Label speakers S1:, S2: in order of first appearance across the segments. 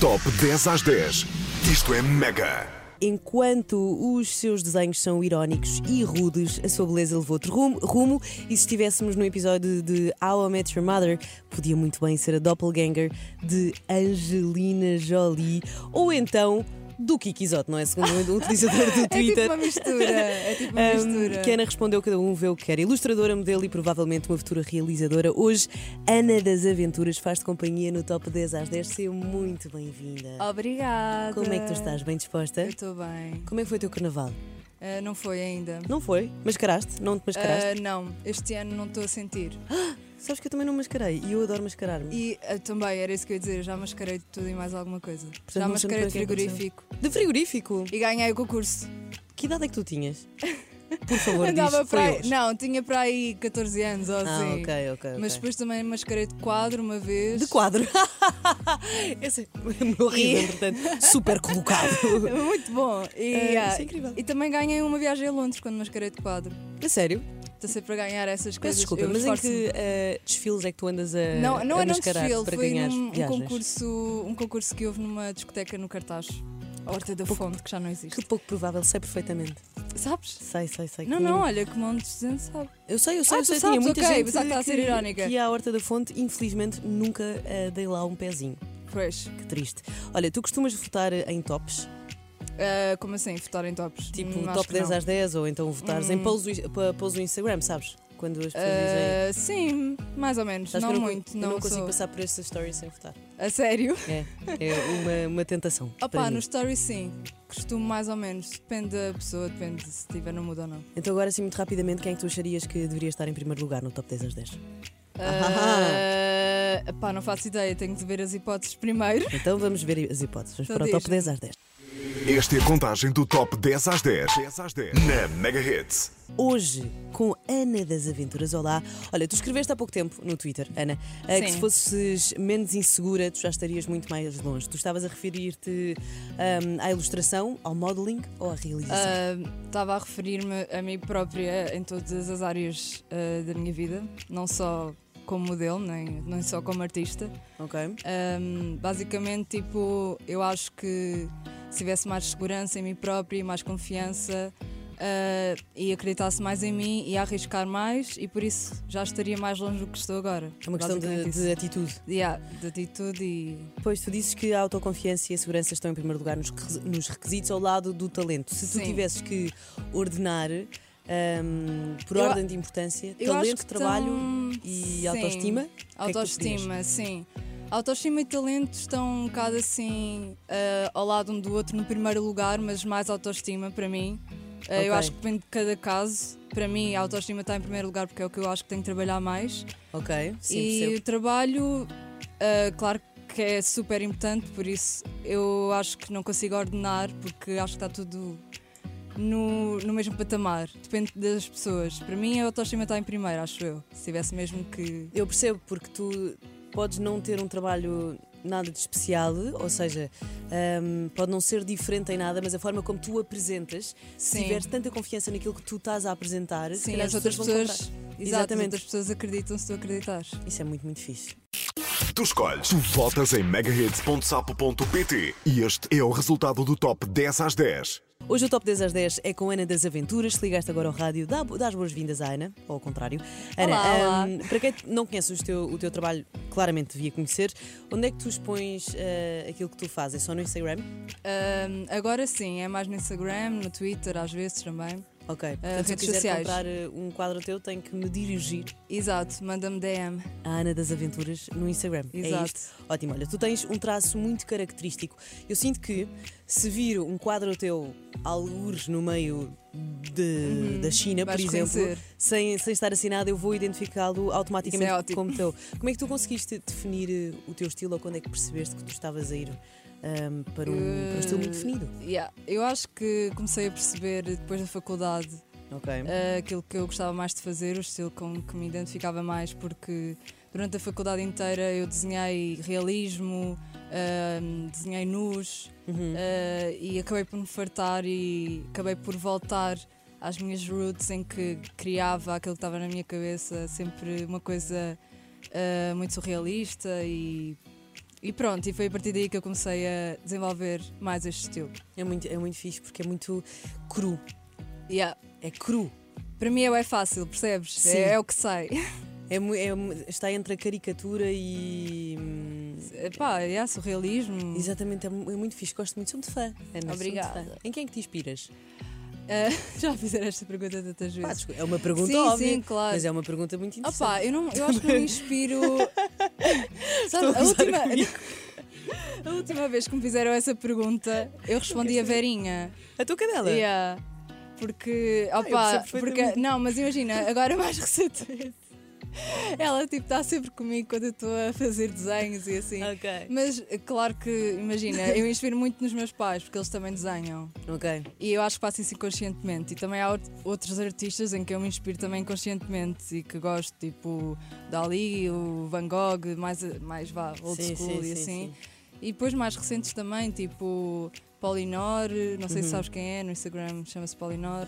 S1: Top 10 às 10. Isto é mega.
S2: Enquanto os seus desenhos são irónicos e rudes, a sua beleza levou outro rumo, rumo, e se estivéssemos no episódio de How I Met Your Mother, podia muito bem ser a doppelganger de Angelina Jolie ou então do Kikizote, não é? Segundo o utilizador do
S3: É tipo
S2: Twitter.
S3: uma mistura. É tipo uma mistura.
S2: Um, que Ana respondeu, cada um vê o que quer. Ilustradora, modelo e provavelmente uma futura realizadora. Hoje, Ana das Aventuras faz-te companhia no Top 10 às 10. Seja muito bem-vinda.
S3: Obrigada.
S2: Como é que tu estás? Bem disposta?
S3: Eu estou bem.
S2: Como é que foi o teu carnaval?
S3: Ah, não foi ainda.
S2: Não foi? Mascaraste? Não te mascaraste?
S3: Ah, não, este ano não estou a sentir.
S2: Sabes que eu também não mascarei e eu adoro mascarar-me.
S3: Eh, E ah, também, era isso que eu ia dizer, já mascarei de tudo e mais alguma coisa. já
S2: não
S3: mascarei de
S2: sei muito bem o que
S3: frigorífico.
S2: De frigorífico?
S3: E ganhei o concurso.
S2: Que idade é que tu tinhas? Por favor,
S3: Andava
S2: diz, foi
S3: para aí.
S2: hoje.
S3: Não, tinha para aí 14 anos ou
S2: Ah,
S3: assim.
S2: ok, ok,
S3: Mas
S2: ok.
S3: depois também mascarei de quadro uma vez.
S2: De quadro. Esse é o meu riso,
S3: E-
S2: entretanto, super colocado.
S3: Muito bom. E,
S2: Ah,
S3: ah,
S2: isso é incrível.
S3: e também ganhei uma viagem a Londres quando mascarei de quadro. Então,
S2: A sério?
S3: Estou sempre a ganhar essas coisas.
S2: Peço desculpa,
S3: eu
S2: mas em
S3: esforço-me.
S2: que eh, desfiles é que tu andas a,
S3: Não, não
S2: a
S3: era um
S2: mascarar
S3: desfile,
S2: para
S3: foi
S2: ganhar
S3: num, um
S2: viagens?
S3: concurso, um concurso que houve numa discoteca no cartaz. A Horta da Fonte, que já não existe.
S2: Que pouco provável, sei perfeitamente.
S3: Sabes?
S2: Sei, sei, sei.
S3: Não,
S2: que-
S3: não, olha, que monte de gente sabe.
S2: Eu sei, eu sei,
S3: Ah,
S2: eu
S3: tu
S2: sei.
S3: sabes,
S2: tinha muita
S3: ok,
S2: gente
S3: pensava que estava a ser irónica.
S2: que ia à Horta da Fonte, infelizmente nunca eh, dei lá um pezinho.
S3: Pois.
S2: Que triste. Olha, tu costumas votar em tops?
S3: Ah, como assim, votar em tops?
S2: Tipo,
S3: Hum, acho
S2: top
S3: que
S2: 10
S3: não. Hum.
S2: às 10 ou então votares em polls, do- pa- polls do Instagram, sabes? Quando as pessoas dizem.
S3: Ah, Sim, mais ou menos.
S2: "Sabes que
S3: Não
S2: eu
S3: muito,
S2: eu
S3: não,
S2: consigo
S3: sou.
S2: passar por estas stories sem votar.
S3: A sério?
S2: É, é uma, uma tentação. para
S3: Opa,
S2: mim.
S3: no story sim. Costumo mais ou menos. Depende da pessoa, depende se estiver no mood ou não.
S2: Então, agora assim, muito rapidamente, quem é que tu acharias que deveria estar em primeiro lugar no top 10 às 10? ah,
S3: Ah, pá, não faço ideia, tenho de ver as hipóteses primeiro.
S2: Então vamos ver as hipóteses. Vamos
S3: Então
S2: para o top
S3: diz-me.
S2: 10 às 10.
S1: Esta é a contagem do Top 10 às 10. 10 às 10. Na Mega Hits.
S2: Hoje, com Ana das Aventuras. Olá. Olha, tu escreveste há pouco tempo no Twitter, Ana, eh, que
S3: Sim.
S2: se fosses menos insegura, tu já estarias muito mais longe. Tu estavas a referir-te ahm, à ilustração, ao modeling ou à realização?
S3: Ah, Estava a referir-me a mim própria em todas as áreas ah, da minha vida, não só como modelo, nem, nem só como artista.
S2: ok. É
S3: Ahm, basicamente, tipo, eu acho que se tivesse mais segurança em mim própria e mais confiança ah, e acreditasse mais em mim e arriscar mais, e por isso já estaria mais longe do que estou agora.
S2: É uma questão de,
S3: Basicamente
S2: de atitude.
S3: isso. Yeah, de atitude e
S2: Pois, tu dizes que a autoconfiança e a segurança estão em primeiro lugar nos, requis- nos requisitos ao lado do talento. Se tu
S3: Sim.
S2: tivesses que ordenar ahm, por
S3: Eu a-
S2: ordem de importância,
S3: Eu acho
S2: talento,
S3: que
S2: trabalho
S3: estão-
S2: e
S3: Sim.
S2: autoestima, o que é que tu
S3: Autoestima, sim. Autoestima e talento estão um bocado assim ah, ao lado um do outro no primeiro lugar, mas mais autoestima para mim. Ah,
S2: Ok.
S3: Eu acho que depende de cada caso. Para mim, a autoestima está em primeiro lugar porque é o que eu acho que tenho que trabalhar mais.
S2: ok, sim,
S3: e
S2: percebo.
S3: o trabalho, ah, claro que é super importante, por isso eu acho que não consigo ordenar porque acho que está tudo no, no mesmo patamar. Depende das pessoas. Para mim, a autoestima está em primeiro, acho eu. Se tivesse mesmo que.
S2: Eu percebo, porque tu podes não ter um trabalho nada de especial, ou seja, hum, pode não ser diferente em nada, mas a forma como tu apresentas, se
S3: Sim.
S2: tiveres tanta confiança naquilo que tu estás a apresentar, se
S3: Sim,
S2: calhar
S3: as outras
S2: vão
S3: pessoas.
S2: comprar.
S3: Exato, As
S2: Exatamente.
S3: outras pessoas acreditam se tu acreditares.
S2: Isso é muito, muito fixe.
S1: Tu escolhes. Tu votas em megahits.sapo.pt. E este é o resultado do Top 10 às 10.
S2: Hoje o Top 10 às 10 é com Ana das Aventuras. Se ligaste agora ao rádio, dá, dá as boas-vindas à Ana, ou ao contrário. Ana,
S3: Olá, olá.
S2: hum, para quem não conhece o teu, o teu trabalho, claramente devia conhecer. Onde é que tu expões eh, aquilo que tu fazes? É só no Instagram?
S3: Ahm, agora sim, é mais no Instagram, no Twitter, às vezes também.
S2: Ok, portanto, se eu
S3: Ah, redes
S2: quiser
S3: sociais.
S2: comprar eh, um quadro teu, tenho que me dirigir
S3: Exato, manda-me DM.
S2: à Ana das Aventuras no Instagram. É
S3: Exato.
S2: isto. Ótimo, olha, tu tens um traço muito característico. Eu sinto que se vir um quadro teu algures no meio de- da China, por
S3: Uhum. vais
S2: exemplo,
S3: reconhecer.
S2: sem, sem estar assinado, eu vou identificá-lo automaticamente
S3: Isso é ótimo.
S2: como teu. Como é que tu conseguiste definir eh, o teu estilo ou quando é que percebeste que tu estavas a ir ahm, para, um, para um estilo muito
S3: Eh,
S2: definido?
S3: Yeah. Eu acho que comecei a perceber depois da faculdade
S2: Ok.
S3: ah, aquilo que eu gostava mais de fazer, o estilo com que me identificava mais, porque durante a faculdade inteira eu desenhei realismo, ahm, desenhei nus
S2: Uhum.
S3: ah, e acabei por me fartar e acabei por voltar às minhas roots em que criava aquilo que estava na minha cabeça, sempre uma coisa ah, muito surrealista e E pronto, e foi a partir daí que eu comecei a desenvolver mais este estilo.
S2: É muito, é muito fixe porque é muito cru.
S3: Yeah.
S2: É cru.
S3: Para mim é bué fácil, percebes?
S2: Sim.
S3: É, é o que sai.
S2: É, mu- é mu- está entre a caricatura e. hum,
S3: Pá, yeah, é surrealismo.
S2: Exatamente, é, mu- é muito fixe. Gosto muito, sou muito fã. Ana, sou
S3: Obrigada.
S2: muito fã. Em quem é que te inspiras?
S3: Ah, já fizeram esta pergunta tantas
S2: Pá,
S3: vezes.
S2: desculpa, é uma pergunta
S3: Sim,
S2: óbvia.
S3: sim, claro.
S2: Mas é uma pergunta muito interessante.
S3: Opa, eu, não, eu acho que não me inspiro.
S2: Estão a
S3: Sabe, a,
S2: gozar
S3: última,
S2: comigo.
S3: a última vez que me fizeram essa pergunta, eu respondi a Verinha.
S2: A tua cadela?
S3: Yeah. Porque, opa,
S2: Ah, percebo
S3: porque,
S2: perfeitamente.
S3: não, mas imagina, agora é mais recentemente, ela tipo está sempre comigo quando eu estou a fazer desenhos e assim.
S2: Ok.
S3: Mas claro que, imagina, eu inspiro muito nos meus pais, porque eles também desenham.
S2: Ok.
S3: E eu acho que faço isso inconscientemente. E também há out- outros artistas em que eu me inspiro também conscientemente e que gosto, tipo o Dali, o Van Gogh, mais, mais vá, old
S2: Sim, sim,
S3: school e
S2: sim,
S3: assim.
S2: sim.
S3: E depois mais recentes também, tipo Polinor, não
S2: Uhum.
S3: sei se sabes quem é, no Instagram chama-se Polinor.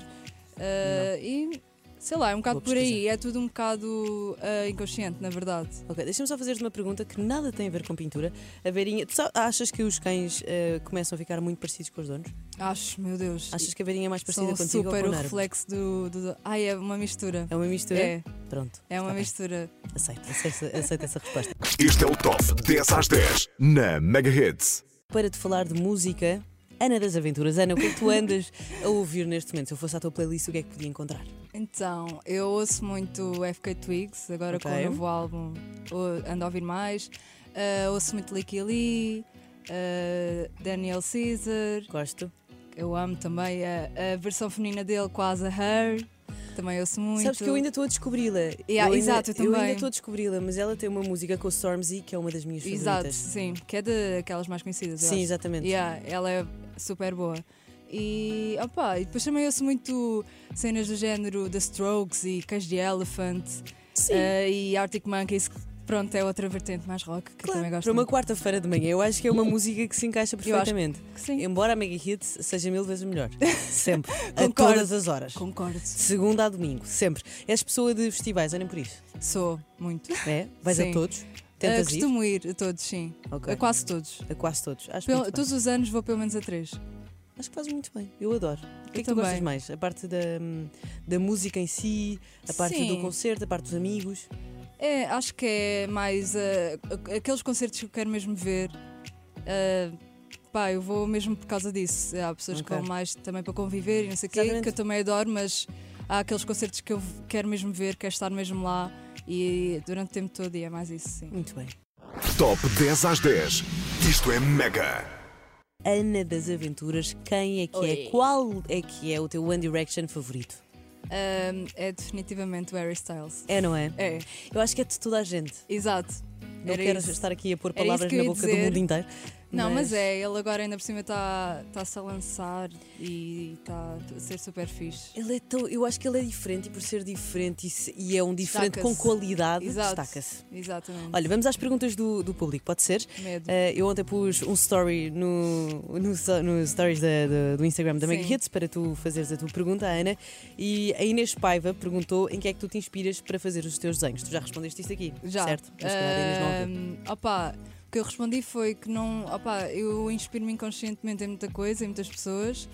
S3: Ah, e sei lá, é um bocado
S2: Vou
S3: por aí, é tudo um bocado ah, inconsciente, na verdade.
S2: Ok, deixa-me só fazer-te uma pergunta que nada tem a ver com pintura. A Verinha, tu sa- achas que os cães eh, começam a ficar muito parecidos com os donos?
S3: Acho, meu Deus.
S2: Achas que a Verinha é mais parecida
S3: são
S2: contigo ou
S3: super
S2: com o
S3: o
S2: Nervo?
S3: reflexo do, do. Ai, é uma mistura.
S2: É uma mistura?
S3: É.
S2: Pronto.
S3: É uma
S2: está bem.
S3: mistura.
S2: Aceito, aceito, aceito essa resposta.
S1: Este é o Top 10 às 10 na Mega Hits.
S2: Para te falar de música, Ana das Aventuras. Ana, o que é que tu andas a ouvir neste momento? Se eu fosse à tua playlist, o que é que podia encontrar?
S3: Então, eu ouço muito FK Twigs, agora com
S2: Ok.
S3: o novo álbum ou- ando a ouvir mais. Ah, ouço muito Licky Lee, ah, Daniel Caesar,
S2: Gosto.
S3: eu amo também a, a versão feminina dele com a Asa Her, que também ouço muito.
S2: Sabes que eu ainda estou a descobri-la.
S3: Yeah,
S2: eu ainda,
S3: exato, eu também.
S2: ainda estou a descobri-la, mas ela tem uma música com o Stormzy que é uma das minhas
S3: Exato,
S2: favoritas.
S3: sim, que é daquelas mais conhecidas. eu
S2: Sim,
S3: acho.
S2: exatamente.
S3: Yeah, ela é super boa. E, opa, e depois também ouço muito cenas do género The Strokes e Cage the Elephant
S2: Sim.
S3: eh, e Arctic Monkeys, que pronto, é outra vertente mais rock que eu também
S2: Claro,
S3: gosto.
S2: para uma
S3: muito.
S2: quarta-feira de manhã, eu acho que é uma música que se encaixa
S3: que-
S2: perfeitamente.
S3: que sim.
S2: Embora a Mega Hits seja mil vezes melhor. Sempre. a
S3: Concordo.
S2: todas as horas.
S3: Concordo,
S2: De Segunda a domingo, sempre. És pessoa de festivais, olhem por isso.
S3: sou muito.
S2: É? Vais
S3: Sim.
S2: a todos?
S3: Eh,
S2: Tentas ir?
S3: costumo eh, ir a todos, sim.
S2: Ok.
S3: A quase todos.
S2: A quase todos. Acho,
S3: Pel-
S2: muito bem.
S3: todos os anos vou pelo menos a três.
S2: Acho que fazes muito bem. Eu adoro. O que é que tu
S3: também.
S2: gostas mais? A parte da, da música em si, a parte
S3: Sim.
S2: do concerto, a parte dos amigos.
S3: É, acho que é mais eh, a- aqueles concertos que eu quero mesmo ver. eh, pá, eu vou mesmo por causa disso. Há pessoas
S2: Ok.
S3: que vão mais também para conviver e não sei o quê,
S2: Exatamente.
S3: que eu também adoro, mas há aqueles concertos que eu v- quero mesmo ver, quero estar mesmo lá e durante o tempo todo e é mais isso, sim.
S2: Muito bem.
S1: Top 10 às 10. Isto é Mega.
S2: Ana das Aventuras, quem é que é?
S3: Oi.
S2: Qual é que é o teu One Direction favorito?
S3: Ahm, é definitivamente o Harry Styles.
S2: É, não é?
S3: É,
S2: Eu acho que é de toda a gente.
S3: exato.
S2: Não
S3: Era
S2: quero
S3: isso.
S2: estar aqui a pôr
S3: Era isso
S2: palavras
S3: que eu
S2: na
S3: ia
S2: boca do
S3: dizer.
S2: mundo inteiro.
S3: Não, mas é, ele agora ainda por cima está está-se a lançar e está a ser super fixe.
S2: Ele é tão, eu acho que ele é diferente e por ser diferente e, se- e é um diferente com
S3: Destaca-se.
S2: qualidade,
S3: Exato.
S2: destaca-se.
S3: Exatamente.
S2: Olha, vamos às perguntas do, do público, pode ser?
S3: Medo.
S2: Eh, eu ontem pus um story no, no, so- no stories da- da- do Instagram da Mega
S3: Sim.
S2: Hits para tu fazeres a tua pergunta, Ana. E a Inês Paiva perguntou em que é que tu te inspiras para fazer os teus desenhos. Tu já respondeste isto aqui,
S3: Já. Ehm,
S2: certo? Mas se calhar a Inês não ouviu.
S3: Ahm, opá, o que eu respondi foi que não. Opá, eu inspiro-me inconscientemente em muita coisa, em muitas pessoas.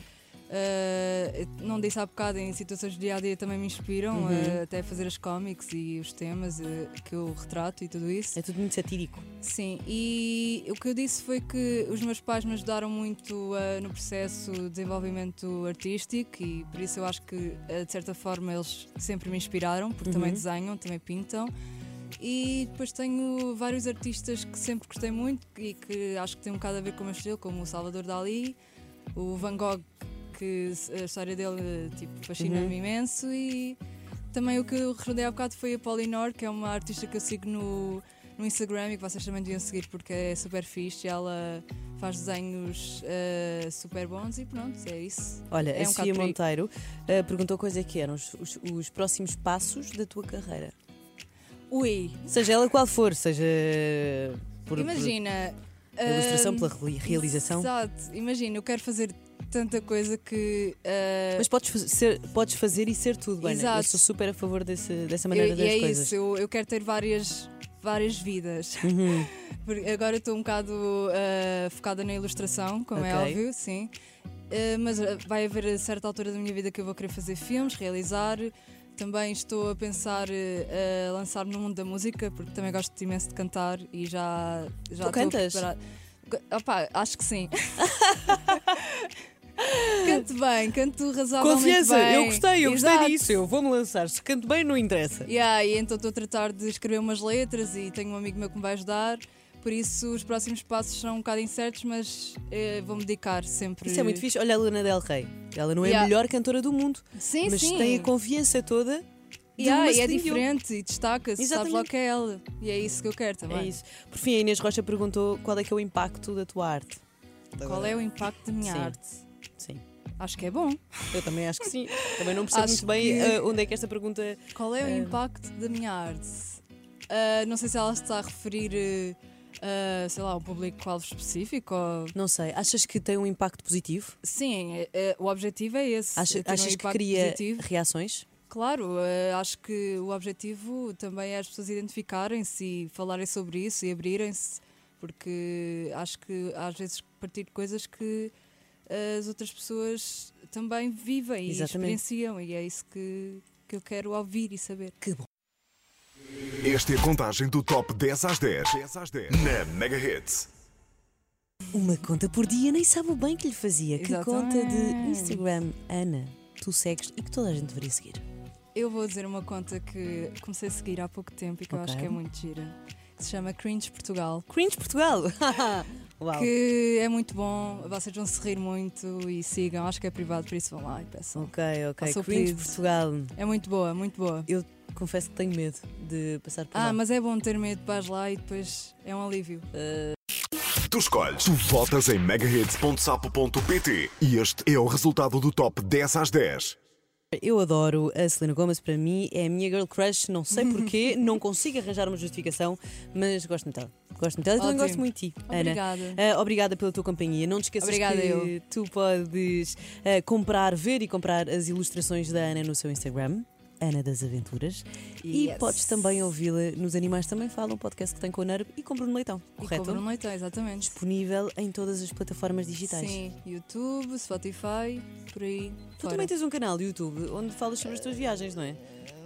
S3: Ah, não disse há bocado, em situações do dia a dia também me inspiram,
S2: Uhum.
S3: ah, até fazer as cómics e os temas ah, que eu retrato e tudo isso.
S2: É tudo muito satírico.
S3: Sim, e o que eu disse foi que os meus pais me ajudaram muito ah, no processo de desenvolvimento artístico e por isso eu acho que, ah, de certa forma, eles sempre me inspiraram, porque também desenham, também pintam. E depois tenho vários artistas que sempre gostei muito e que acho que têm um bocado a ver com o meu estilo, como o Salvador Dali, o Van Gogh, que a história dele tipo, fascina-me imenso e também o que eu respondei há bocado foi a Polinor, que é uma artista que eu sigo no, no Instagram e que vocês também deviam seguir porque é super fixe. Ela faz desenhos eh, super bons e pronto, é isso.
S2: Olha,
S3: é
S2: a Sofia
S3: bocado por aí.
S2: Monteiro eh, perguntou quais é que eram os, os- os próximos passos da tua carreira.
S3: Ui,
S2: Seja ela qual for, seja por, por
S3: imagina.
S2: pela ilustração,
S3: ahm,
S2: pela reli- realização.
S3: Exato, imagina, eu quero fazer tanta coisa que. ah,
S2: Mas podes, fa- ser, podes fazer e ser tudo, bem. Eu
S3: Exato.
S2: sou super a favor desse- dessa maneira
S3: eu,
S2: das
S3: e é
S2: coisas.
S3: isso, eu, eu quero ter várias várias vidas.
S2: Uhum.
S3: Porque agora eu estou um bocado ah, focada na ilustração, como é
S2: Ok.
S3: óbvio, sim. Ah, mas ah, vai haver a certa altura da minha vida que eu vou querer fazer filmes, realizar. Também estou a pensar ah, a lançar-me no mundo da música, porque também gosto imenso de cantar e já. já
S2: Tu
S3: estou a
S2: cantas?
S3: preparar- Opa, acho que sim. canto bem, canto razoavelmente
S2: Confiança,
S3: bem.
S2: eu gostei, eu
S3: Exato.
S2: gostei disso. Eu vou-me lançar. Se canto bem, não interessa.
S3: Yeah, e então estou a tratar de escrever umas letras e tenho um amigo meu que me vai ajudar. Por isso, os próximos passos são um bocado incertos, mas eh, vou-me dedicar sempre.
S2: Isso é muito fixe. Olha a Lana Del Rey. Ela não é a
S3: Yeah.
S2: melhor cantora do mundo,
S3: Sim,
S2: mas
S3: sim.
S2: tem a confiança toda. de
S3: Yeah,
S2: uma
S3: e é
S2: Celine Dion.
S3: diferente e destaca-se, sabes
S2: Exatamente.
S3: logo que é ela. E é isso que eu quero também.
S2: É isso. Por fim, a Inês Rocha perguntou qual é que é o impacto da tua arte.
S3: Qual é o impacto da minha
S2: Sim.
S3: arte?
S2: Sim.
S3: Acho que é bom.
S2: Eu também acho que sim. Também não percebo
S3: Acho
S2: muito bem
S3: que-
S2: eh, onde é que esta pergunta.
S3: Qual é o
S2: Eh,
S3: impacto da minha arte? Ah, não sei se ela está a referir, eh, ah, sei lá, a um público-alvo específico. Ou...
S2: Não sei. Achas que tem um impacto positivo?
S3: Sim, eh, eh, o objetivo é esse.
S2: Acha-
S3: ter um
S2: achas que
S3: impacto
S2: cria
S3: positivo.
S2: reações?
S3: Claro, eh, acho que o objetivo também é as pessoas identificarem-se e falarem sobre isso e abrirem-se, porque acho que às vezes partir de coisas que eh, as outras pessoas também vivem
S2: Exatamente.
S3: e experienciam, e é isso que, que eu quero ouvir e saber.
S2: Que bom.
S1: Esta é a contagem do Top 10 às 10. 10 às 10. Na Mega Hits.
S2: Uma conta por dia, nem sabe o bem que lhe fazia. Que conta de
S3: Exatamente.
S2: Instagram, Ana, tu segues e que toda a gente deveria seguir.
S3: Eu vou dizer uma conta que comecei a seguir há pouco tempo e que eu acho
S2: Ok.
S3: que é muito gira, que se chama Cringe Portugal.
S2: Cringe Portugal! Uau!
S3: Que é muito bom, vocês vão se rir muito e sigam, acho que é privado, por isso vão lá e peçam.
S2: Ok, ok.
S3: Ao seu
S2: Cringe
S3: pedido.
S2: Portugal.
S3: É muito boa, muito boa.
S2: Eu confesso que tenho medo de passar por
S3: Ah,
S2: lá.
S3: mas é bom ter medo, vais lá e depois é um alívio.
S1: Tu escolhes, tu votas em megahits.sapo.pt e este é o resultado do Top 10 às 10.
S2: Eu adoro a Selena Gomez, para mim é a minha girl crush, não sei porquê, não consigo arranjar uma justificação, mas gosto muito dela. Gosto muito dela e também
S3: Ótimo.
S2: gosto muito de ti, Ana.
S3: Obrigada.
S2: Ah, obrigada pela tua companhia. Não te esqueças
S3: Obrigada,
S2: que
S3: eu.
S2: tu podes ah, comprar, ver e comprar as ilustrações da Ana no seu Instagram, Ana das Aventuras. E
S3: Yes.
S2: podes também ouvi-la nos Animais Também Falam, um podcast que tem com a Nerb e com Bruno Leitão,
S3: E
S2: correto?
S3: cobro noite, é, exatamente.
S2: Disponível em todas as plataformas digitais.
S3: Sim, YouTube, Spotify, por aí.
S2: Tu
S3: fora.
S2: também tens um canal de YouTube onde falas sobre as tuas viagens, não é?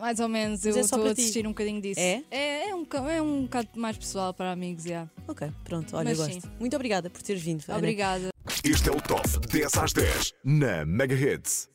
S3: Mais ou menos, eu
S2: Mas é só
S3: estou
S2: para
S3: a
S2: ti.
S3: assistir um bocadinho disso.
S2: É?
S3: É, é um, ca- é um bocado mais pessoal para amigos, é.
S2: Ok, pronto, olha,
S3: Mas
S2: eu gosto.
S3: sim.
S2: Muito obrigada por teres vindo. Ana.
S3: Obrigada.
S1: Este é o Top 10 às 10 na Mega Hits.